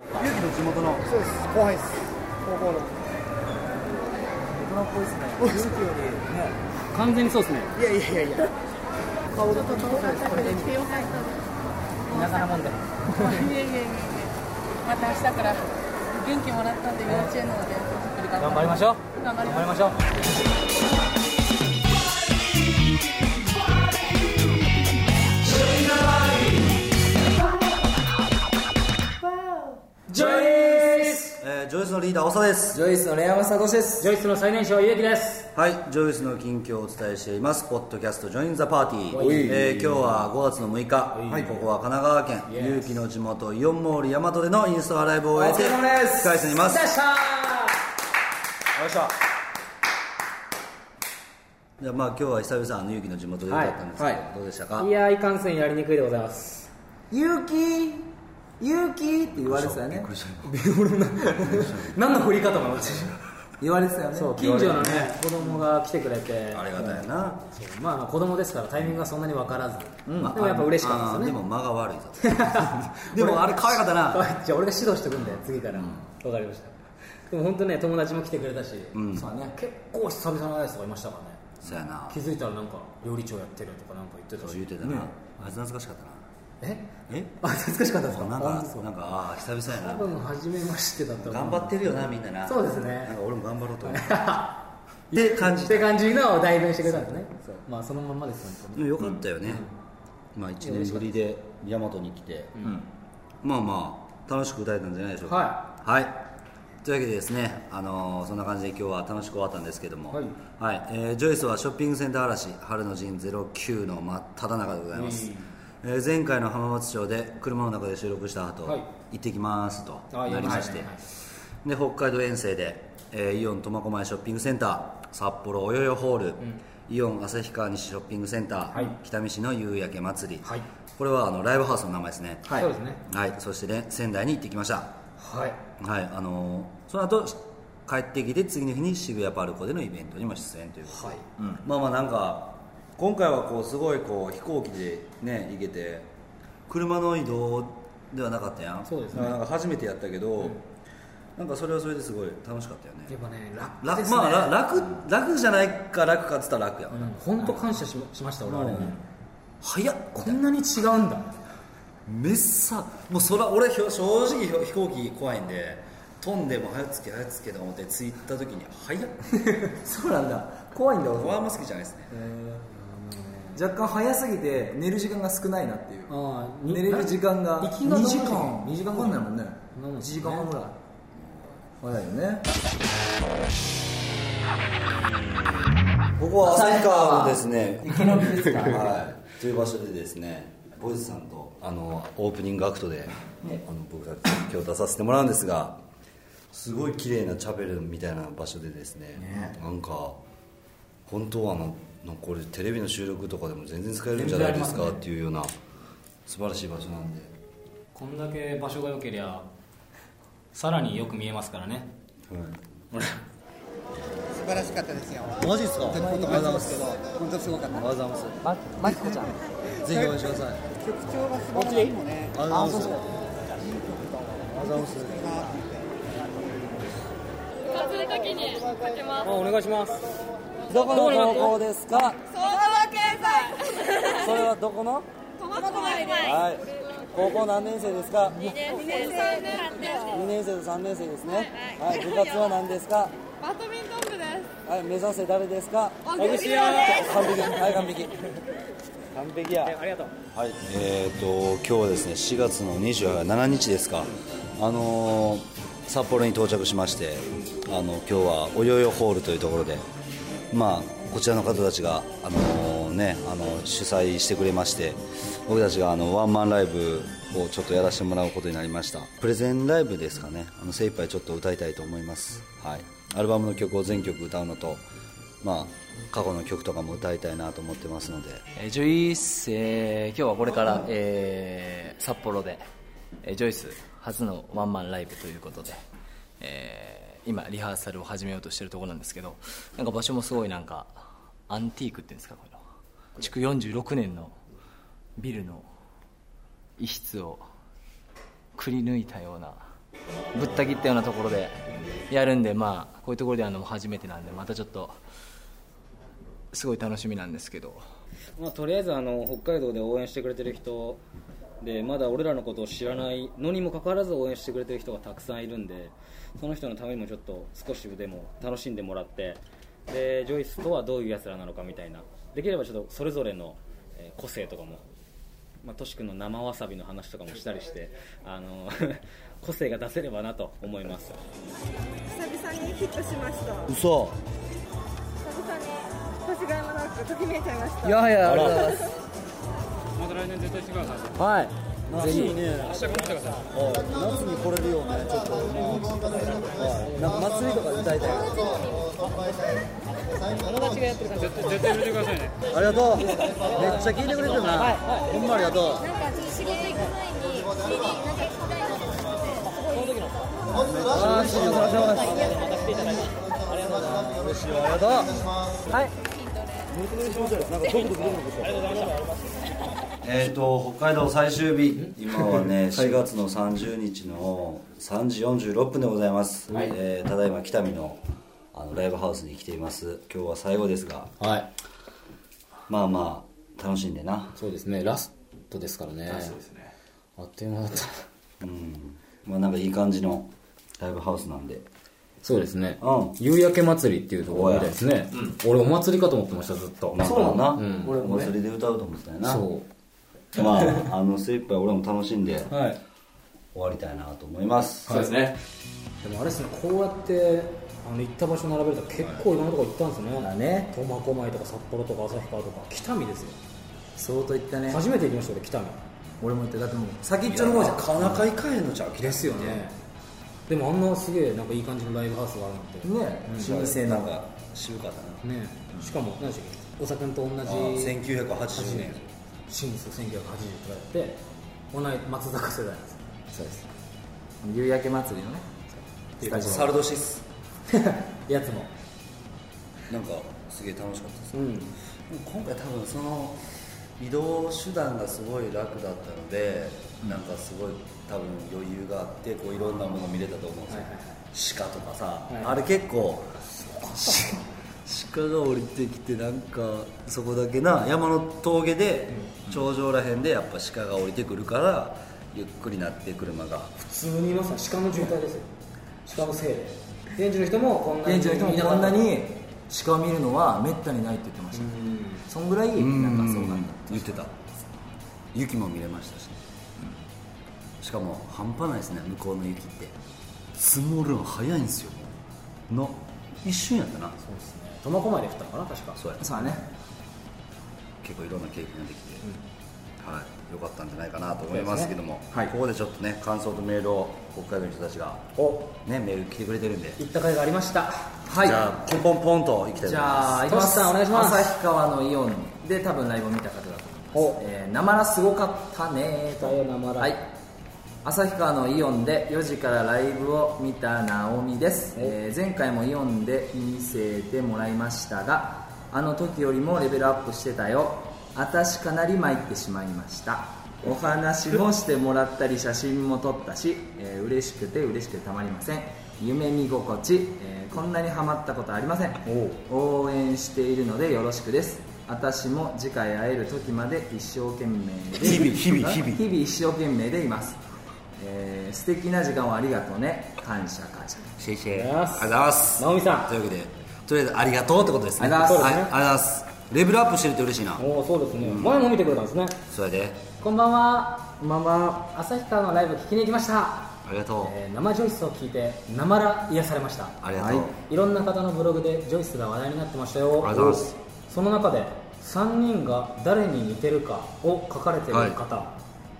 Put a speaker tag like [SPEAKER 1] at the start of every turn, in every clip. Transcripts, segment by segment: [SPEAKER 1] 地元の
[SPEAKER 2] そうです後輩です高校
[SPEAKER 1] 大
[SPEAKER 2] の
[SPEAKER 1] 人っぽいですね雰囲気よりね
[SPEAKER 3] 完全にそうですね
[SPEAKER 2] いやいやいやいや顔だと
[SPEAKER 4] 遠かったけど来てよかったです
[SPEAKER 1] 田舎なもんで
[SPEAKER 4] いやいやいやいやまた明日から元気もらったんで幼稚園なので作り方
[SPEAKER 1] 頑張りましょう
[SPEAKER 4] 頑張り
[SPEAKER 1] 頑張
[SPEAKER 4] まし
[SPEAKER 1] り
[SPEAKER 4] ょう
[SPEAKER 1] ましょう
[SPEAKER 3] ジョイス
[SPEAKER 5] えー、ジョイスのリーダー長田です
[SPEAKER 6] ジョイスのレアマサトシです
[SPEAKER 3] ジョイスの最年少ゆうきです
[SPEAKER 5] はいジョイスの近況をお伝えしていますポッドキャスト「ジョイン・ザ・パーティー
[SPEAKER 6] おい」
[SPEAKER 5] えー、今日は5月の6日、ここは神奈川県結城の地元イオンモール大和でのインストアライブを終えて
[SPEAKER 6] お疲れ様です
[SPEAKER 5] 控え室にいます
[SPEAKER 6] よっしゃ
[SPEAKER 5] よいしょじゃあまあ今日は久々あの結城の地元でよかったんですけど、
[SPEAKER 6] はいはい
[SPEAKER 5] どうでしたか
[SPEAKER 3] いやーいかんせんやりにくいでございます
[SPEAKER 6] ー勇気勇気って言われてたよ
[SPEAKER 5] びっ
[SPEAKER 6] ね
[SPEAKER 5] くりした
[SPEAKER 3] 何の振り方も私
[SPEAKER 6] 言われてたよね
[SPEAKER 3] そう近所のね子供が来てくれて
[SPEAKER 5] ありがたいな、
[SPEAKER 3] そうまあまあ子供ですからタイミングがそんなに分からず、
[SPEAKER 5] まあ
[SPEAKER 3] でもやっぱ嬉しかった
[SPEAKER 5] あー
[SPEAKER 3] です
[SPEAKER 5] で
[SPEAKER 3] よね
[SPEAKER 5] も間が 悪いぞでもあれ可愛かったな
[SPEAKER 3] はい じゃあ俺が指導してくんだよ次から、わかりましたでも本当ね友達も来てくれたし、
[SPEAKER 5] ん
[SPEAKER 3] そうね結構久々のアイスとかいましたからね
[SPEAKER 5] そうやな
[SPEAKER 3] 気づいたらなんか料理長やってるとかなんか言ってたし
[SPEAKER 5] 言うてたな、あいつ懐かしかったな
[SPEAKER 3] え
[SPEAKER 5] え
[SPEAKER 3] あ懐かしかったですか
[SPEAKER 5] な
[SPEAKER 3] あ
[SPEAKER 5] ん
[SPEAKER 3] 本当です
[SPEAKER 5] か
[SPEAKER 3] か
[SPEAKER 5] なんかああ久々や
[SPEAKER 3] 多
[SPEAKER 5] な
[SPEAKER 3] 分初めましてだった
[SPEAKER 5] 頑張ってるよなみんなな
[SPEAKER 3] そうですね
[SPEAKER 5] なんか俺も頑張ろうと思ってって感じ
[SPEAKER 3] って感じのを代弁してくれたんですねまあそのまんまです本
[SPEAKER 5] うんよかったよね、まあ1年ぶりで大和に来て、まあまあ楽しく歌えたんじゃないでしょうかはい、というわけでですね、あのーそんな感じで今日は楽しく終わったんですけども、はいえージョイスはショッピングセンター嵐春の陣09の真っ只中でございます、えー前回の浜松町で車の中で収録した後、
[SPEAKER 3] はい
[SPEAKER 5] 行ってきますと
[SPEAKER 3] あ
[SPEAKER 5] なりまして、
[SPEAKER 3] やりま
[SPEAKER 5] で北海道遠征で、えーイオン苫小牧ショッピングセンター札幌およよホール、イオン旭川西ショッピングセンター、
[SPEAKER 3] はい
[SPEAKER 5] 北見市の夕焼け祭り、
[SPEAKER 3] はい
[SPEAKER 5] これはあのライブハウスの名前ですね
[SPEAKER 3] 当にそうですね
[SPEAKER 5] はいそして、ね、仙台に行ってきました
[SPEAKER 3] はい
[SPEAKER 5] はいあのーその後し帰ってきて次の日に渋谷パルコでのイベントにも出演ということで、
[SPEAKER 3] はい
[SPEAKER 5] うんまあまあなんか今回はこうすごいこう飛行機でね行けて車の移動ではなかったやん
[SPEAKER 3] そうですね
[SPEAKER 5] なんか初めてやったけど、なんかそれはそれですごい楽しかったよね
[SPEAKER 3] やっぱね楽
[SPEAKER 5] 楽
[SPEAKER 3] ですね
[SPEAKER 5] まあら楽楽じゃないか楽かっつったら楽やわな、
[SPEAKER 3] 本当感謝ししました俺あれね
[SPEAKER 5] 早っ
[SPEAKER 3] こんなに違うんだ
[SPEAKER 5] めっさもう空俺ひょ正直ひょ飛行機怖いんで飛んでも早つけ早つけと思って着いた時に早っ
[SPEAKER 6] そうなんだ怖いんだ
[SPEAKER 5] 僕はあ
[SPEAKER 6] 俺
[SPEAKER 5] んま好きじゃないですね
[SPEAKER 6] 若干早すぎて寝る時間が少ないなっていう
[SPEAKER 3] ああに
[SPEAKER 6] 寝れる時間が
[SPEAKER 3] 行きがどの
[SPEAKER 6] 2時間
[SPEAKER 3] 二時間
[SPEAKER 6] かかんないもんね
[SPEAKER 3] なもんね
[SPEAKER 6] 1時間半ぐらい早いよね
[SPEAKER 5] ここは旭川のですね池のですかはいという場所でですねボイスさんとあのオープニングアクトで、あの僕たち今日出させてもらうんですがすごい綺麗なチャペルみたいな場所でですねなんか本当はあのなんかこれテレビの収録とかでも全然使えるんじゃないですかっていうような素晴らしい場所なんで
[SPEAKER 7] こんだけ場所が良けりゃさらによく見えますからね
[SPEAKER 2] 素晴らしかったですよ
[SPEAKER 5] マジですか
[SPEAKER 2] 本当感謝ですけど本当すごかった
[SPEAKER 5] わざます
[SPEAKER 6] マキコちゃん
[SPEAKER 5] ぜひお会いしてください
[SPEAKER 2] 曲調が素晴らしいもね
[SPEAKER 5] ありがとうございます
[SPEAKER 8] 忘れかけにかけます。
[SPEAKER 3] お願いします
[SPEAKER 6] どこの高校ですか
[SPEAKER 8] 総合経済。
[SPEAKER 6] それはどこの
[SPEAKER 8] 細かいね。
[SPEAKER 6] はい高校何年生ですか
[SPEAKER 8] 二年生、三年
[SPEAKER 6] 2年生と3年生ですね
[SPEAKER 8] はいはい
[SPEAKER 6] 部活は何ですか
[SPEAKER 8] バドミントン部です。
[SPEAKER 6] はい目指せ誰ですか
[SPEAKER 8] 小口よです。
[SPEAKER 6] 完璧はい完璧完璧や
[SPEAKER 5] はい、えー、と今日はですね4月の27日ですか、あのー札幌に到着しまして、あの今日はおよよホールというところで、まあ、こちらの方たちが、あのーね、あの主催してくれまして、僕たちがあのワンマンライブをちょっとやらせてもらうことになりました、プレゼンライブですかね、あの精一杯ちょっと歌いたいと思います、はい、アルバムの曲を全曲歌うのと、まあ、過去の曲とかも歌いたいなと思ってますので。
[SPEAKER 9] えージョイス、えー今日はこれから、えー札幌で、えージョイス初のワンマンライブということで、えー今リハーサルを始めようとしてるところなんですけどなんか場所もすごいなんかアンティークっていうんですかこういうの築46年のビルの一室をくり抜いたようなぶった切ったようなところでやるんで、まあ、こういうところでやるのも初めてなんで、またちょっと、すごい楽しみなんですけど。
[SPEAKER 10] まあ、とりあえずあの北海道で応援してくれてる人でまだ俺らのことを知らないのにもかかわらず応援してくれてる人がたくさんいるんでその人のためにもちょっと少しでも楽しんでもらってでジョイスとはどういうやつらなのかみたいなできればちょっとそれぞれのえー個性とかも。まあ、トシ君の生わさびの話とかもしたりして、あの 個性が出せればなと思います。
[SPEAKER 4] 久々にヒットしました久
[SPEAKER 5] 嘘
[SPEAKER 4] 々に年がいもなくときめいちゃいました
[SPEAKER 10] やいや
[SPEAKER 5] あら
[SPEAKER 7] また来年絶対してください
[SPEAKER 10] はい。
[SPEAKER 1] いいね
[SPEAKER 7] 明日頑張ってくださ
[SPEAKER 1] は
[SPEAKER 7] い
[SPEAKER 1] い夏にこれるようなちょっともうはいなんか祭りとかで歌いたい
[SPEAKER 7] 絶対絶対見てくださいね
[SPEAKER 1] ありがとうめっちゃ聞いてくれてるなほんまありがとう
[SPEAKER 4] なんかちょっと仕事行く前に CD なんか聞きたいなと思ってすごい
[SPEAKER 1] あーすいませんませんありがとうございますありがとう
[SPEAKER 5] えー、と北海道最終日、今はね、4月の30日の3時46分でございます、えーただいま北見のあのライブハウスに来ています、今日は最後ですが、
[SPEAKER 3] はい
[SPEAKER 5] まあまあ、楽しんでな、
[SPEAKER 3] そうですねラストですからねあっという間だった
[SPEAKER 5] うんまあ、なんかいい感じのライブハウスなんで、
[SPEAKER 3] そうですね、
[SPEAKER 5] うん
[SPEAKER 3] 夕焼け祭りっていうところみたいですね、俺お祭りかと思ってましたずっと
[SPEAKER 5] まあ、そうな、
[SPEAKER 3] うん
[SPEAKER 5] 俺もそれで歌うと思ってたよな、
[SPEAKER 3] そ
[SPEAKER 5] まあ、あの精一杯俺も楽しんで終
[SPEAKER 3] うはい
[SPEAKER 5] わりたいなと思います。
[SPEAKER 3] そうですねでもあれですねこうやってあの行った場所並べると結構いろんなとこ行ったんですね
[SPEAKER 6] だね
[SPEAKER 3] 苫小牧とか札幌とか旭川とか北見ですよ
[SPEAKER 6] 相当いったね
[SPEAKER 3] 初めて行きました俺北見
[SPEAKER 6] 俺も言ってだってもう先っちょの方じゃかなか行かへんのちゃうですよね
[SPEAKER 3] でもあんなすげえなんかいい感じのライブハウスがあるなんて
[SPEAKER 6] ね新鮮なが
[SPEAKER 5] 渋かったな
[SPEAKER 3] ねえしかも何でしたっけおさくんと同じ
[SPEAKER 5] 1980
[SPEAKER 3] 8
[SPEAKER 5] 年
[SPEAKER 3] 年シンス1980とかやって同い松坂世代なんですよ
[SPEAKER 6] そうです夕焼け祭りのねスタジ
[SPEAKER 5] サルドシス
[SPEAKER 3] やつも
[SPEAKER 5] なんかすげえ楽しかったです、
[SPEAKER 3] うん
[SPEAKER 5] 今回多分その移動手段がすごい楽だったので、なんかすごい多分余裕があってこういろんなもの見れたと思うんですよ、鹿とかさ、あれ結構し鹿が降りてきてなんかそこだけな山の峠で頂上らへんでやっぱ鹿が降りてくるからゆっくりなって車が
[SPEAKER 3] 普通にいますよ鹿の渋滞ですよ鹿のせいで現地の人もこんな
[SPEAKER 6] オ
[SPEAKER 3] に
[SPEAKER 6] 現地の人もこんなに鹿を見るのはめったにないって言ってましたそんぐらいなんかそうなんだ
[SPEAKER 5] 言ってた雪も見れましたし、ねしかも半端ないですね向こうの雪って積もるの早いんですよもうな一瞬やったな
[SPEAKER 3] 苫小牧で降ったのかな確か
[SPEAKER 5] そうや
[SPEAKER 6] そうだね
[SPEAKER 5] 結構いろんな経験ができて、はい、よかったんじゃないかなと思いますけども、ここでちょっとね感想とメールを北海道の人たちが、
[SPEAKER 3] お
[SPEAKER 5] ね、メール来てくれてるんで、
[SPEAKER 3] 行った甲斐がありましたは
[SPEAKER 5] じゃあポンポンポンと行きたいと思い
[SPEAKER 6] じ
[SPEAKER 5] ます
[SPEAKER 6] ゃあ、
[SPEAKER 3] トシさんお願いします
[SPEAKER 6] 旭川のイオンで多分ライブを見た方だと思います。えー、なまらすごかったねーと。
[SPEAKER 3] だよなまら
[SPEAKER 6] はい。旭川のイオンで4時からライブを見た直美です、えー前回もイオンで見せてもらいましたがあの時よりもレベルアップしてたよ私かなり参ってしまいましたお話もしてもらったり写真も撮ったし、えー、嬉しくて嬉しくてたまりません夢見心地、えーこんなにハマったことありません応援しているのでよろしくです私も次回会える時まで一生懸命で
[SPEAKER 5] 日々日々日々
[SPEAKER 6] 日々一生懸命でいます、えー素敵な時間をありがとうね感謝感謝
[SPEAKER 5] シェイシェイ
[SPEAKER 3] あり
[SPEAKER 5] あり
[SPEAKER 3] がとう
[SPEAKER 5] がとう
[SPEAKER 3] ござ
[SPEAKER 5] ござ
[SPEAKER 3] いま
[SPEAKER 5] いますす
[SPEAKER 3] 直美さん
[SPEAKER 5] というわけでとりあえずありがとうってことですね
[SPEAKER 6] ありがとうござい
[SPEAKER 5] はいありがとうございますレベルアップしてると嬉しいな
[SPEAKER 3] おおそうですね、前も見てくれたんですね
[SPEAKER 5] それで
[SPEAKER 3] こんばんはこんばんは旭川のライブ聞きに行きました、
[SPEAKER 5] ありがとう、
[SPEAKER 3] えー生ジョイスを聞いて生ら癒されました
[SPEAKER 5] ありがとう、
[SPEAKER 3] いろんな方のブログでジョイスが話題になってましたよ
[SPEAKER 5] ありがとうございます
[SPEAKER 3] その中で3人が誰に似てるかを書かれている方、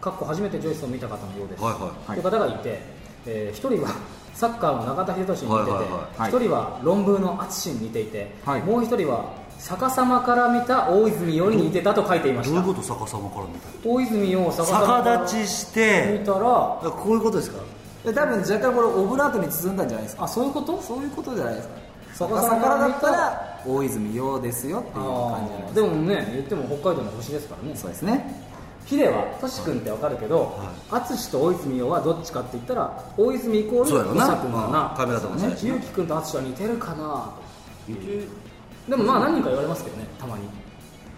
[SPEAKER 3] かっこ初めてジョイスを見た方のようです、
[SPEAKER 5] はいはい
[SPEAKER 3] という方がいて、え1人はサッカーの中田英寿に似てて、
[SPEAKER 5] はいはいはい
[SPEAKER 6] はい
[SPEAKER 3] 1人は論文の淳に似ていて、
[SPEAKER 6] はい
[SPEAKER 3] もう1人は逆さまから見た大泉洋に似てたと書いていまし
[SPEAKER 5] どうい
[SPEAKER 3] た
[SPEAKER 5] うこと逆さまから見た
[SPEAKER 3] 大泉洋を逆さまか
[SPEAKER 5] 逆
[SPEAKER 3] ら
[SPEAKER 5] 立ちし
[SPEAKER 3] 見
[SPEAKER 5] て
[SPEAKER 3] たら
[SPEAKER 5] こういうことですか
[SPEAKER 6] で多分若干これオブラートに包んだんじゃないですか
[SPEAKER 3] あそういうこと
[SPEAKER 6] そういうことじゃないですか
[SPEAKER 3] 逆
[SPEAKER 6] 逆
[SPEAKER 3] さ
[SPEAKER 6] さ
[SPEAKER 3] ま
[SPEAKER 6] からだ
[SPEAKER 3] 見
[SPEAKER 6] ったら大泉洋ですよっていう感じじゃない
[SPEAKER 3] でもね言っても北海道の星ですからね
[SPEAKER 6] そうですね
[SPEAKER 3] ヒデはトシ君ってわかるけど淳と大泉洋はどっちかって言ったら大泉イコール
[SPEAKER 5] そうやろな
[SPEAKER 3] トシ君だ
[SPEAKER 5] まあ髪型もそうやし
[SPEAKER 3] ゆうき君と淳は似てるかなというでもまあ何人か言われますけどねたまに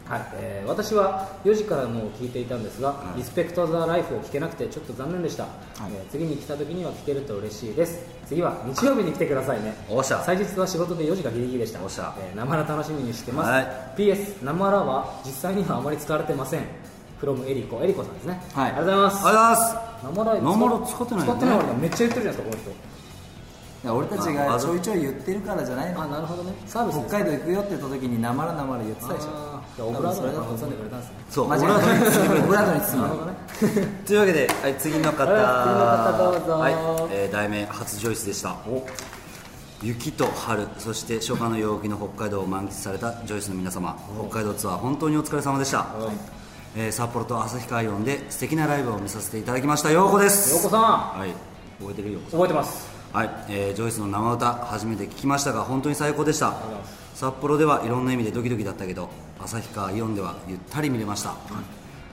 [SPEAKER 3] はいえー私は4時からもう聞いていたんですが、リスペクト・ザ・ライフを聞けなくてちょっと残念でした、えー次に来た時には聞けると嬉しいです次は日曜日に来てくださいね
[SPEAKER 5] おっしゃ
[SPEAKER 3] 祭日は仕事で4時がギリギリでしたおっしゃ、えー、生ラ楽しみにしてます、
[SPEAKER 5] は
[SPEAKER 3] PS 生ラは実際にはあまり使われてません from エリコエリコさんですね
[SPEAKER 5] はい
[SPEAKER 3] ありがとうございます
[SPEAKER 5] ありが
[SPEAKER 3] とうございます
[SPEAKER 5] 生
[SPEAKER 3] 使
[SPEAKER 5] ラ
[SPEAKER 3] っ
[SPEAKER 5] 使ってないよね
[SPEAKER 3] 使ってない俺めっちゃ言ってるじゃないですかこの人
[SPEAKER 6] 俺たちがちょいちょい言ってるからじゃないの
[SPEAKER 3] あなるほどねサービス
[SPEAKER 6] 北海道行くよって言った時になまらなまら言ってたでし
[SPEAKER 3] あー
[SPEAKER 6] ょ
[SPEAKER 3] オブラート
[SPEAKER 6] それ
[SPEAKER 3] に
[SPEAKER 6] だと
[SPEAKER 3] 包
[SPEAKER 6] 思
[SPEAKER 3] ん
[SPEAKER 6] う
[SPEAKER 3] でくれたんですね
[SPEAKER 5] そう
[SPEAKER 6] 間違えた オブラートに包
[SPEAKER 5] 包
[SPEAKER 6] む
[SPEAKER 5] むというわけで、はい、次の方
[SPEAKER 3] はい次の方どうぞ
[SPEAKER 5] はいえー題名初チョイスでした雪と春そして初夏の陽気の北海道を満喫されたジョイスの皆様北海道ツアー本当にお疲れ様でした、えー札幌と旭川イオンで素敵なライブを見させていただきましたようこです
[SPEAKER 3] ようこさ
[SPEAKER 5] はい覚えてるようこ
[SPEAKER 3] ん覚えてます
[SPEAKER 5] はい、えージョイスの生歌初めて聞きましたが本当に最高でした札幌ではいろんな意味でドキドキだったけど旭川イオンではゆったり見れました、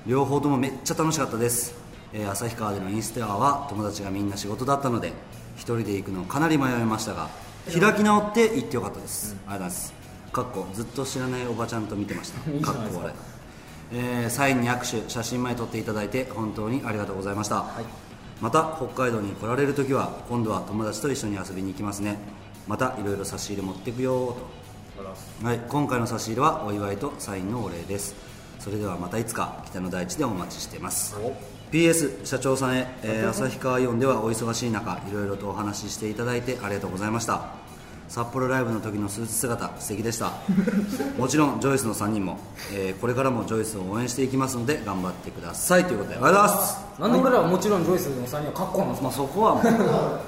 [SPEAKER 5] 両方ともめっちゃ楽しかったですえー旭、川でのインスタは友達がみんな仕事だったので一人で行くのかなり迷いましたが開き直って行ってよかったです、ありがとうございますかっこずっと知らないおばちゃんと見てました
[SPEAKER 3] いいじゃ
[SPEAKER 5] かっ
[SPEAKER 3] ないです
[SPEAKER 5] こ
[SPEAKER 3] か
[SPEAKER 5] 笑いえーサインに握手写真前撮っていただいて本当にありがとうございました、また北海道に来られる時は今度は友達と一緒に遊びに行きますねまたいろいろ差し入れ持ってくよーと、はい、今回の差し入れはお祝いとサインのお礼ですそれではまたいつか北の大地でお待ちしています PS 社長さんへ、えー旭川イオンではお忙しい中いろいろとお話ししていただいてありがとうございました札幌ライブの時のスーツ姿素敵で したもちろんジョイスの3人も、えーこれからもジョイスを応援していきますので頑張ってくださいということでありがとうございます
[SPEAKER 3] なんで俺らはもちろんジョイスの3人はかっこなんです
[SPEAKER 5] まあ、そこはもう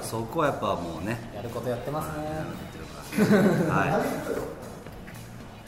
[SPEAKER 5] そこはやっぱもうね
[SPEAKER 3] やることやってますね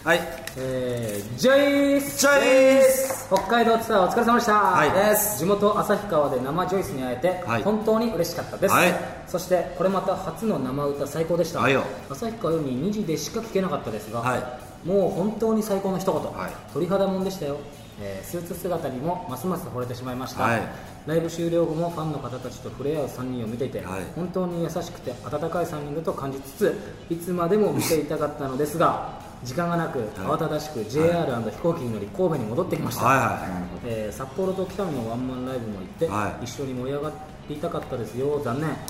[SPEAKER 5] はいはい
[SPEAKER 3] えージョイス
[SPEAKER 5] ジョイス
[SPEAKER 3] 北海道ツアーお疲れ様でした、
[SPEAKER 5] はい
[SPEAKER 3] です地元旭川で生ジョイスに会えて、
[SPEAKER 5] はい
[SPEAKER 3] 本当に嬉しかったです、
[SPEAKER 5] はい
[SPEAKER 3] そしてこれまた初の生歌最高でした
[SPEAKER 5] はいよ
[SPEAKER 3] 旭川より2時でしか聴けなかったですが、
[SPEAKER 5] はい
[SPEAKER 3] もう本当に最高の一言、
[SPEAKER 5] はい
[SPEAKER 3] 鳥肌もんでしたよ、えースーツ姿にもますます惚れてしまいました、
[SPEAKER 5] はい
[SPEAKER 3] ライブ終了後もファンの方たちと触れ合う3人を見ていて、
[SPEAKER 5] はい
[SPEAKER 3] 本当に優しくて温かい3人だと感じつついつまでも見ていたかったのですが時間がなく慌ただしく JR& 飛行機に乗り神戸に戻ってきました、
[SPEAKER 5] は
[SPEAKER 3] えー札幌と北見のワンマンライブも行って、
[SPEAKER 5] はい
[SPEAKER 3] 一緒に盛り上がっていたかったですよ残念、
[SPEAKER 5] いはい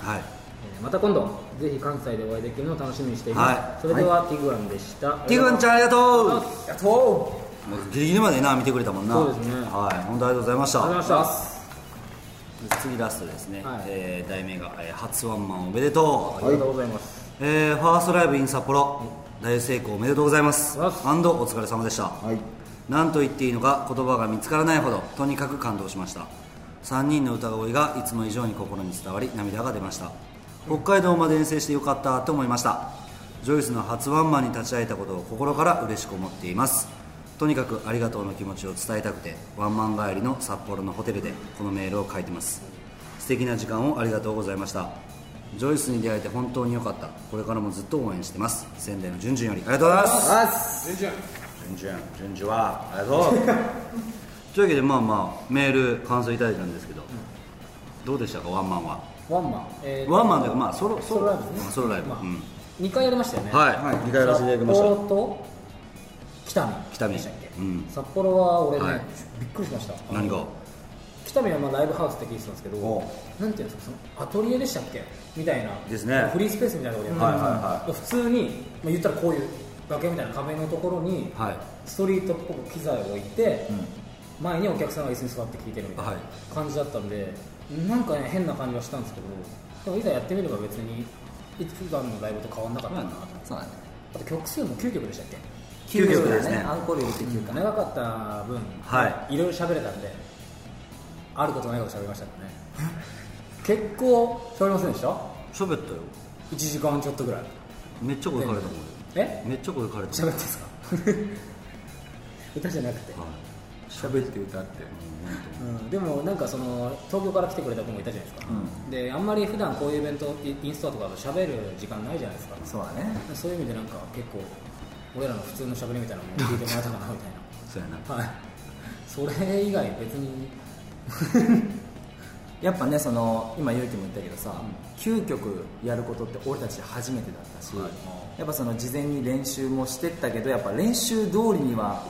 [SPEAKER 3] えーまた今度ぜひ関西でお会いできるのを楽しみにしています、
[SPEAKER 5] はい
[SPEAKER 3] それでは、ティグワンでした
[SPEAKER 5] ティグンちゃんありがとう
[SPEAKER 3] ありがとう
[SPEAKER 6] やっと
[SPEAKER 5] もうギリギリまでな見てくれたもんな
[SPEAKER 3] そうですね
[SPEAKER 5] はい本当ありがとうございました
[SPEAKER 3] ありがとうございました
[SPEAKER 5] 次ラストですね、
[SPEAKER 3] はい
[SPEAKER 5] えー題名が、えー初ワンマンおめでとう」
[SPEAKER 3] ありがとうございます、
[SPEAKER 5] えーファーストライブイン札幌大成功おめでとうございます
[SPEAKER 3] ありがとう
[SPEAKER 5] アンドお疲れ様でした、なんと言っていいのか言葉が見つからないほどとにかく感動しました3人の歌声がいつも以上に心に伝わり涙が出ました北海道まで遠征してよかったと思いましたジョイスの初ワンマンに立ち会えたことを心から嬉しく思っていますとにかくありがとうの気持ちを伝えたくてワンマン帰りの札幌のホテルでこのメールを書いてます素敵な時間をありがとうございましたジョイスに出会えて本当に良かったこれからもずっと応援してます仙台のじゅんじゅんよりありがとうございますじゅんじゅんじゅんじゅはありがとう というわけでまあまあメール感想いただいたんですけど、どうでしたかワンマンは
[SPEAKER 3] ワンマン、えー
[SPEAKER 5] ワンマンというかまあソロソ
[SPEAKER 3] ソロ
[SPEAKER 5] ロ
[SPEAKER 3] ライブね
[SPEAKER 5] うんソロライブ、
[SPEAKER 3] まあ
[SPEAKER 5] うん
[SPEAKER 3] 2回やりましたよね
[SPEAKER 5] はい、2回やらせていただきまし
[SPEAKER 3] 札
[SPEAKER 5] た
[SPEAKER 3] 幌と北見
[SPEAKER 5] 北見
[SPEAKER 3] でしたっけ、
[SPEAKER 5] うん
[SPEAKER 3] 札幌は俺ね、
[SPEAKER 5] はい
[SPEAKER 3] びっくりしました
[SPEAKER 5] 何が
[SPEAKER 3] 北見はまあライブハウスって聞いてたんですけど
[SPEAKER 5] お
[SPEAKER 3] なんていうんですかそのアトリエでしたっけみたいな
[SPEAKER 5] ですね
[SPEAKER 3] フリースペースみたいなところで
[SPEAKER 5] はいは
[SPEAKER 3] 普通に、まあ、言ったらこういう崖みたいな壁のところに
[SPEAKER 5] はい
[SPEAKER 3] ストリートっぽく機材を置いて、前にお客さんが椅子に座って聞いてるみたいな
[SPEAKER 5] はい
[SPEAKER 3] 感じだったんで、なんかね変な感じはしたんですけどでもいざやってみれば別にいつ普段のライブと変わんなかったなと思って
[SPEAKER 6] そうなんだ
[SPEAKER 3] あと曲数も9曲でしたっけ
[SPEAKER 5] 9曲ですね
[SPEAKER 6] アンコール入れて9回
[SPEAKER 3] 長かった分、、
[SPEAKER 5] はい
[SPEAKER 3] ろいろ喋れたんであることないこと喋りましたからね結構喋りませんでした
[SPEAKER 5] 喋ったよ
[SPEAKER 3] 1時間ちょっとぐらい
[SPEAKER 5] めっちゃ声かれたもん
[SPEAKER 3] え
[SPEAKER 5] 俺めっちゃ声かれた
[SPEAKER 3] 喋
[SPEAKER 5] も
[SPEAKER 3] っ
[SPEAKER 5] ん
[SPEAKER 3] てんですか歌じゃなくて、
[SPEAKER 6] 喋って歌って
[SPEAKER 3] うん、でもなんかその東京から来てくれた子もいたじゃないですか、であんまり普段こういうイベントイインストアとかだと喋る時間ないじゃないですか
[SPEAKER 6] そうだね
[SPEAKER 3] そういう意味でなんか結構俺らの普通の喋りみたいなのも聞いてもらえたかなみたいな
[SPEAKER 5] そう
[SPEAKER 3] は
[SPEAKER 5] やな
[SPEAKER 3] い、それ以外別 に
[SPEAKER 6] やっぱねその今勇気も言ったけどさ、9曲やることって俺たち初めてだったし、やっぱその事前に練習もしてったけどやっぱ練習通りには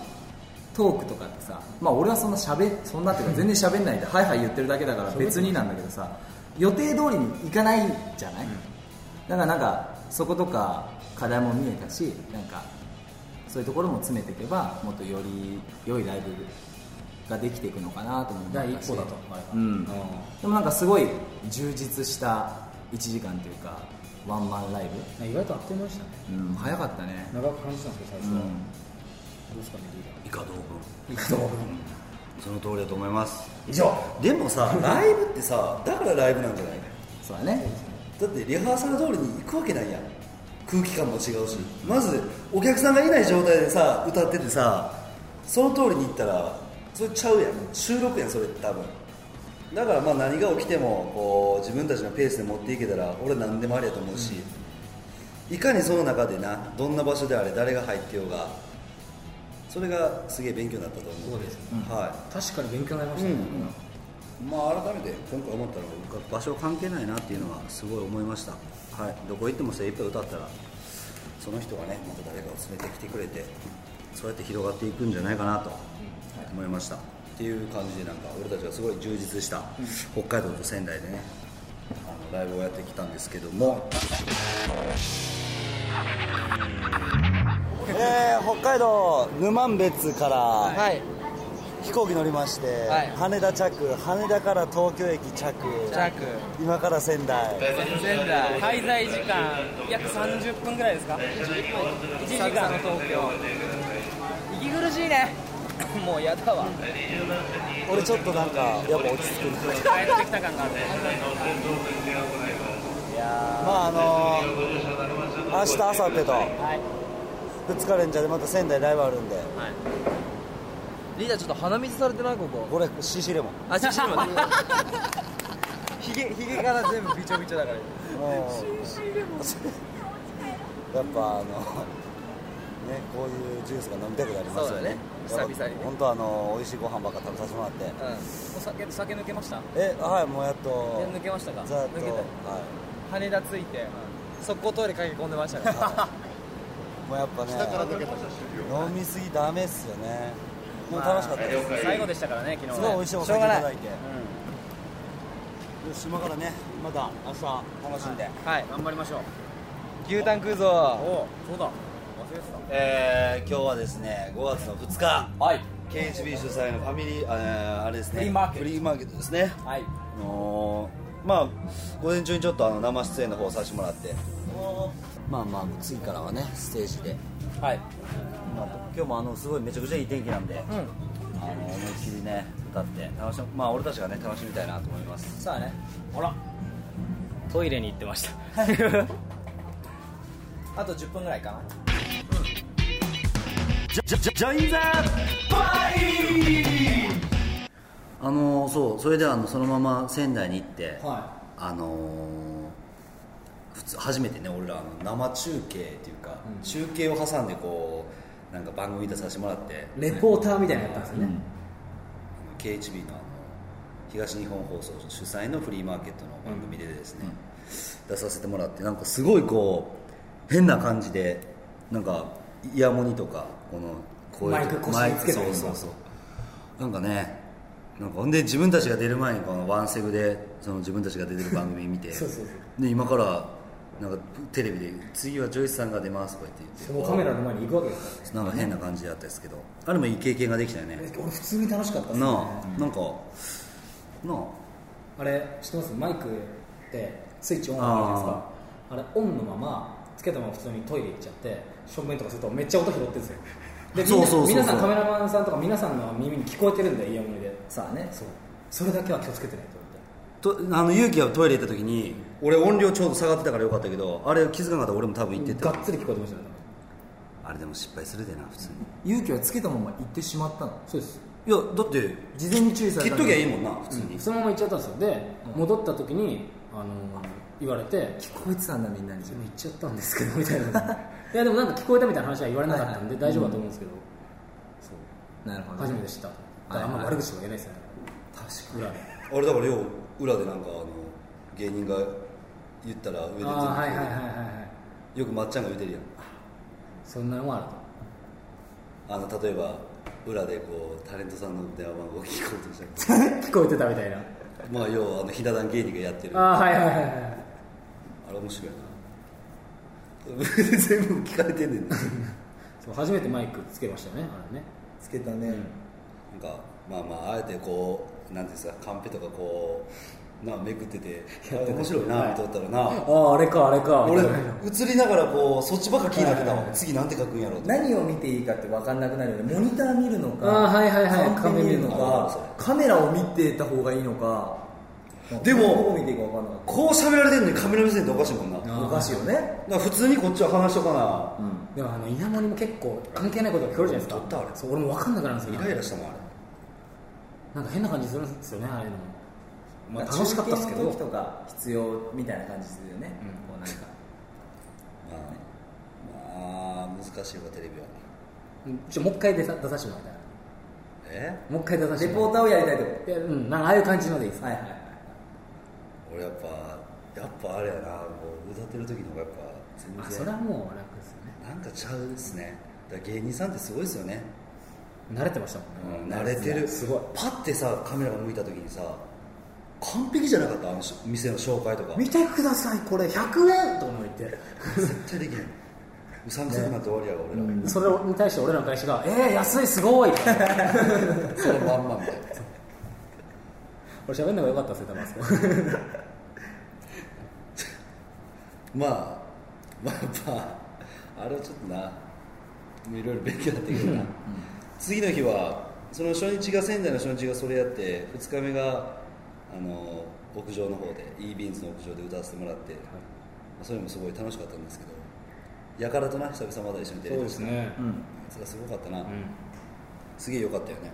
[SPEAKER 6] トークとかってさまあ俺はそんなしゃべそんなっていうか全然喋んないでハイハイ言ってるだけだから別になんだけどさ予定通りにいかないじゃない、だからなんかそことか課題も見えたしなんかそういうところも詰めていけばもっとより良いライブができていくのかなと思ったし
[SPEAKER 3] 第一歩だとあれは
[SPEAKER 6] うんでもなんかすごい充実した1時間というかワンマンライ
[SPEAKER 3] 意外とあっという間でしたね
[SPEAKER 6] ブ、うん、早かったね
[SPEAKER 3] 長く感じたんですけど最初は、
[SPEAKER 6] うん
[SPEAKER 3] どうですかね
[SPEAKER 5] 以下同文
[SPEAKER 3] リーダーどう
[SPEAKER 5] その通りだと思います
[SPEAKER 6] 以上
[SPEAKER 5] でもさライブってさだからライブなんじゃない
[SPEAKER 6] そうだね
[SPEAKER 5] だってリハーサル通りに行くわけないやん空気感も違うしまずお客さんがいない状態でさ歌っててさその通りに行ったらそれちゃうやん収録やんそれって多分だからまあ何が起きてもこう自分たちのペースで持っていけたら俺何でもありやと思うし、いかにその中でなどんな場所であれ誰が入ってようがそれがすげえ勉強になったと思う
[SPEAKER 3] そうですね
[SPEAKER 5] はい
[SPEAKER 3] 確かに勉強になりましたね、
[SPEAKER 5] まあ、改めて今回思ったのは場所関係ないなっていうのはすごい思いました、はい、どこ行っても精一杯歌ったらその人がねまた誰かを連れてきてくれてそうやって広がっていくんじゃないかなと思いました、っていう感じでなんか俺たちがすごい充実した北海道と仙台でねあのライブをやってきたんですけども、えー北海道沼別から、
[SPEAKER 11] はい
[SPEAKER 5] 飛行機乗りまして、
[SPEAKER 11] はい
[SPEAKER 5] 羽田着羽田から東京駅着
[SPEAKER 11] 着
[SPEAKER 5] 今から仙台
[SPEAKER 11] 仙台滞在時間約30分ぐらいですか1時間の東京息苦しいね もうやだわ
[SPEAKER 5] 俺ちょっとなんかやっぱ落ち着
[SPEAKER 11] 帰
[SPEAKER 5] く
[SPEAKER 11] ってきた感がある
[SPEAKER 5] まああの明日明後日と2日連チャでまた仙台ライブあるんで、
[SPEAKER 11] リーダーちょっと鼻水されてないここ
[SPEAKER 5] これ CC レモン
[SPEAKER 11] あちょっと待ってひげひげから全部びちょびちょだから
[SPEAKER 5] もう やっぱあのねこういうジュースが飲みたくなりますよね
[SPEAKER 11] そうだね久々にね
[SPEAKER 5] 本当あの美味しいご飯ばっか食べさせてもらっ て、
[SPEAKER 11] うんお酒酒抜けました
[SPEAKER 5] えはいもうやっと
[SPEAKER 11] 抜けましたか
[SPEAKER 5] ざっと
[SPEAKER 11] 抜けた
[SPEAKER 5] はい
[SPEAKER 11] 羽田着いて速攻トイレ駆け込んでましたから
[SPEAKER 5] もうやっぱね飲みすぎダメっすよねでも楽しかったです、
[SPEAKER 11] 最後でしたからね昨日
[SPEAKER 5] すごい美味しいお酒いただいてうんよし今からねまた明日楽しんで、
[SPEAKER 11] はい頑張りましょう牛タン食うぞそうだ忘れてた
[SPEAKER 5] えー今日はですね5月の2日
[SPEAKER 6] はい
[SPEAKER 5] KHB 主催のファミリーあえーあれですね
[SPEAKER 6] フリーマーケット
[SPEAKER 5] フリーマーケットですね
[SPEAKER 6] はい
[SPEAKER 5] あのーまあ午前中にちょっとあの生出演の方をさせてもらってまあまあ次からはねステージで
[SPEAKER 6] はい
[SPEAKER 5] まあ今日もあのすごいめちゃくちゃいい天気なんで、あの思いっきりね歌って楽しむまあ俺たちがね楽しみたいなと思います
[SPEAKER 6] そうだね
[SPEAKER 5] ほら
[SPEAKER 7] トイレに行ってました
[SPEAKER 6] あと10分ぐらいかな
[SPEAKER 5] ジャジャジャインザあのーそうそれであのそのまま仙台に行って、
[SPEAKER 6] は
[SPEAKER 5] あのー普通初めてね俺らあの生中継っていうか、中継を挟んでこうなんか番組出させてもらって
[SPEAKER 3] レポーターみたいなのやったんですよね、
[SPEAKER 5] KHB のあの東日本放送主催のフリーマーケットの番組でですね、出させてもらってなんかすごいこう変な感じでなんかイヤモニとかこのこういうとこ
[SPEAKER 3] マイク腰につけたり
[SPEAKER 5] マイ
[SPEAKER 3] とか
[SPEAKER 5] クそうそうそうなんかねなんかほんで自分たちが出る前にこのワンセグでその自分たちが出てる番組見て
[SPEAKER 3] そうそう
[SPEAKER 5] で今からなんかテレビで「次はジョイスさんが出ます」とか言って
[SPEAKER 3] そのカメラの前に行くわけですからね
[SPEAKER 5] なんか変な感じだったですけどあれもいい経験ができたよね
[SPEAKER 3] 俺普通に楽しかったですね
[SPEAKER 5] なあ、なんかなあ
[SPEAKER 3] あれ知ってますマイクってスイッチオンなるじゃないですかあれオンのままつけたまま普通にトイレ行っちゃって正面とかするとめっちゃ音拾ってるんですよでみんな
[SPEAKER 5] そうそうそうそう
[SPEAKER 3] 皆さんカメラマンさんとか皆さんの耳に聞こえてるんでイヤモニで
[SPEAKER 6] さあね
[SPEAKER 3] そうそれだけは気をつけてねと思って
[SPEAKER 5] とあの勇気がトイレ行った時に俺音量ちょうど下がってたからよかったけどあれ気づかなかったら俺も多分行って
[SPEAKER 3] が
[SPEAKER 5] た
[SPEAKER 3] っつり聞こえてましたね
[SPEAKER 5] あれでも失敗するでな普通に
[SPEAKER 6] 勇気をつけたまま行ってしまったの
[SPEAKER 3] そうです
[SPEAKER 5] いやだって
[SPEAKER 6] 事前に注意され
[SPEAKER 5] 切ったときゃいいもんな普通に、
[SPEAKER 3] そのまま行っちゃったんですよで戻った時にあの言われて
[SPEAKER 6] 聞こえてたんだみんなに
[SPEAKER 3] 自分行っちゃったんですけどみたい ないやでもなんか聞こえたみたいな話は言われなかったんで大丈夫だと思うんですけど、
[SPEAKER 6] なるほど
[SPEAKER 3] 初めて知っただからあんま悪口とか言えないですよね、確かに裏で
[SPEAKER 5] あれだからよう裏でなんかあの芸人が言ったら上で出てくる
[SPEAKER 3] あーはいはいはいはいは
[SPEAKER 5] よくまっちゃんが言うてるやん
[SPEAKER 3] そんなのもある
[SPEAKER 5] あの例えば裏でこうタレントさんの電話番号を聞こうとした
[SPEAKER 3] と 聞こえてたみたいな
[SPEAKER 5] りまあ要はあのひな壇芸人がやってる
[SPEAKER 3] あーはいはいはいはい
[SPEAKER 5] あれ面白いな全部聞かれてんねんな
[SPEAKER 3] そう初めてマイクつけましたよねあれね
[SPEAKER 5] つけたね、なんかまあまああえてこうなんていうんですかカンペとかこうなあめくっててあ面白いな見とったらな、
[SPEAKER 3] あーあれかあれか
[SPEAKER 5] 俺
[SPEAKER 3] みたいな
[SPEAKER 5] 映りながらこうそっちばっか気になってたわ、次なんて書くんやろう
[SPEAKER 6] 何を見ていいかって分かんなくなるよねモニター見るのか
[SPEAKER 5] あーはいはいはい
[SPEAKER 6] カンペ見るの
[SPEAKER 5] あーそ
[SPEAKER 6] かカメラを見てた方がいいのか
[SPEAKER 5] でも
[SPEAKER 6] どう見ていいか分かんなかっ
[SPEAKER 5] こう喋られてんのにカメラ目線っておかしいもん
[SPEAKER 6] た
[SPEAKER 5] な
[SPEAKER 6] おかしいよね
[SPEAKER 5] だから普通にこっちは話しとかな、
[SPEAKER 3] でもあの稲森も結構関係ないことが聞こえるじゃないですかそう俺も分かんなくなるんですよ
[SPEAKER 5] イライラしたもんあれ
[SPEAKER 3] なんか変な感じするんですよねああいうのもまあ
[SPEAKER 6] なんか
[SPEAKER 3] 楽しかったですけ
[SPEAKER 6] 中
[SPEAKER 3] ど
[SPEAKER 6] 継の時とか必要みたいな感じするよね、こうなんか
[SPEAKER 5] まあ、まあ、難しいわテレビは
[SPEAKER 3] うんちょもう一回出さ出させてもらいたい
[SPEAKER 5] え
[SPEAKER 3] もう一回出させて
[SPEAKER 6] レポーターをやりたいって
[SPEAKER 3] と
[SPEAKER 6] こと
[SPEAKER 3] いやうんなんかああいう感じのでいいですはいはい
[SPEAKER 5] 俺やっぱやっぱあれやなもう歌ってる時の方がやっぱ全然
[SPEAKER 3] あそれはもう楽ですよね
[SPEAKER 5] なんかちゃうですねだから芸人さんってすごいですよね
[SPEAKER 3] 慣れてましたも
[SPEAKER 5] うんん
[SPEAKER 3] ね
[SPEAKER 5] 慣れてる
[SPEAKER 3] すごい
[SPEAKER 5] パッてさカメラが向いた時にさ完璧じゃなかったあのし店の紹介とか
[SPEAKER 3] 見てくださいこれ100円と思って
[SPEAKER 5] 絶対できへんうさんくさくなって終わりやわ俺ら、
[SPEAKER 3] それに対して俺らの会社が「えー、安いすごい!」
[SPEAKER 5] そのまんまみたいな
[SPEAKER 3] 俺喋んのが良かったです よ多分あそこ
[SPEAKER 5] まあまあまああれはちょっとなもういろいろ勉強になってくるな、次の日はその初日が仙台の初日がそれやって2日目があの屋上の方で e ビーンズの屋上で歌わせてもらって、それもすごい楽しかったんですけどやからとな久々まだ一緒にテレビ
[SPEAKER 3] そうですねうん
[SPEAKER 5] それがすごかったな、すげえ良かったよね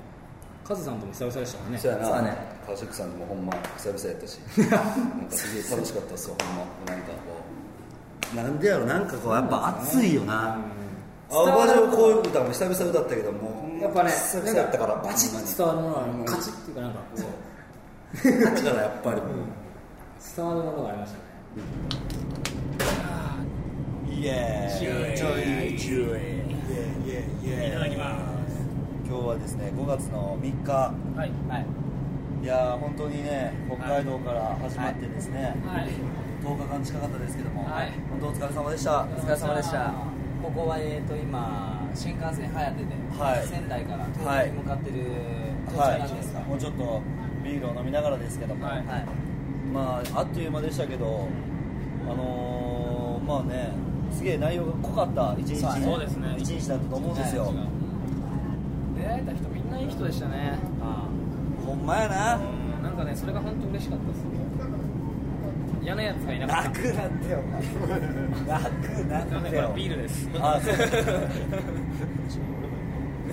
[SPEAKER 3] カズさんとも久々でしたもんね
[SPEAKER 5] そうやな、
[SPEAKER 3] そうだね
[SPEAKER 5] 川崎さんともほんま久々やっ たしなんかすげえ楽しかったっすわほんまなんかこうなんでやろなんかこうやっぱ熱いよな青葉城こういう歌も久々歌ったけどもう
[SPEAKER 3] やっぱね
[SPEAKER 5] 久々やったからバチッ
[SPEAKER 3] 伝わるものはもうカチッっていうかなんかこう
[SPEAKER 5] と勝ちからやっぱりも
[SPEAKER 3] 伝わるものがありましたね
[SPEAKER 5] うイエーイちょいちょいイエーイイエーイいただきます今日はですね5月の3日はい、い、やー本当にね北海道から始まってですね、10日間近かったですけども、本当お疲れ様でした。お
[SPEAKER 12] 疲れ様でした。ここはえっ、と今新幹線はやてで、
[SPEAKER 1] はい
[SPEAKER 12] 仙台から
[SPEAKER 1] は
[SPEAKER 12] 東
[SPEAKER 1] い
[SPEAKER 12] 京に向かってる途
[SPEAKER 1] は
[SPEAKER 12] 中
[SPEAKER 1] い
[SPEAKER 12] なんですが、
[SPEAKER 1] もうちょっとビールを飲みながらですけども、まああっという間でしたけどあのーまあねすげえ内容が濃かった一日ね
[SPEAKER 12] そうですね
[SPEAKER 1] 一日だったと思うんですよ、
[SPEAKER 12] はい出会えた人みんないい人でしたね。
[SPEAKER 1] ほんまやな、
[SPEAKER 12] なんかねそれが本当嬉しかったです。嫌なやつがいなかった。
[SPEAKER 1] 楽なってよ楽なってよ
[SPEAKER 12] これビールです
[SPEAKER 1] あそう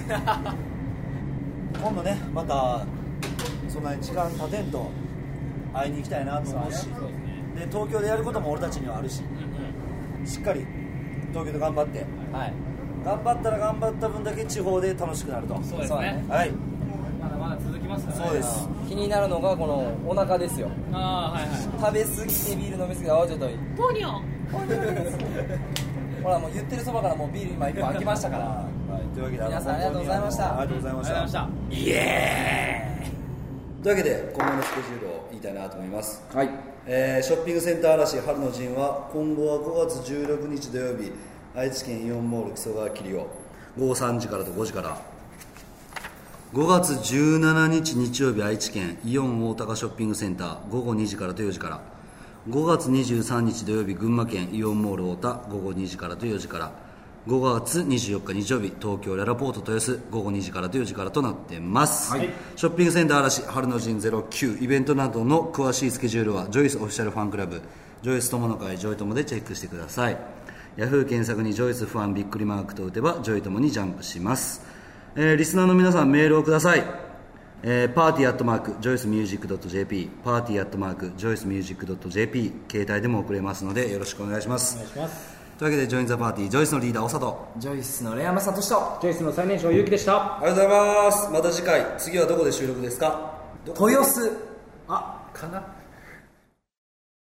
[SPEAKER 1] 今度ねまたそんなに時間経てんと会いに行きたいなと思うしで東京でやることも俺たちにはあるし、しっかり東京で頑張って、 頑張ったら頑張った分だけ地方で楽しくなるとそう
[SPEAKER 12] ですね
[SPEAKER 1] はい
[SPEAKER 12] まだまだ続きますからね。
[SPEAKER 1] そうです
[SPEAKER 12] 気になるのがこのお腹ですよ。ああはいはい。食べ過ぎてビール飲み過ぎて泡ちょっと。ポニョ。ポニョ です。ほらもう言ってるそばからもうビール今一本開きましたから。
[SPEAKER 1] はい、というわけで
[SPEAKER 12] 皆さんありがとうございました
[SPEAKER 1] ありがとうございました
[SPEAKER 12] ありがとうございました
[SPEAKER 1] イエーイ
[SPEAKER 5] というわけで今後のスケジュールを言いたいなと思います、はいえーショッピングセンター嵐春の陣は今後は5月16日土曜日愛知県イオンモール木曽川桐生午後3時からと5時から5月17日日曜日愛知県イオン大高ショッピングセンター午後2時からと4時から5月23日土曜日群馬県イオンモール太田午後2時からと4時から5月24日日曜日東京ララポート豊洲午後2時からと4時からとなってます、
[SPEAKER 13] はい
[SPEAKER 5] ショッピングセンター嵐春の陣09イベントなどの詳しいスケジュールはジョイスオフィシャルファンクラブジョイス友の会ジョイ友でチェックしてくださいヤフー検索にジョイスファンびっくりマークと打てばジョイ友にジャンプします、えーリスナーの皆さんメールをくださいえー、パーティーアットマークジョイスミュージック .jp パーティーアットマークジョイスミュージック .jp 携帯でも送れますのでよろしくお願いしますというわけでジョインザパーティージョイスのリーダーおさと
[SPEAKER 6] ジョイスのレアマサトシと
[SPEAKER 3] ジョイスの最年少ゆうきでした
[SPEAKER 5] ありがとうございますまた次回次はどこで収録ですか
[SPEAKER 6] 豊洲
[SPEAKER 3] あかな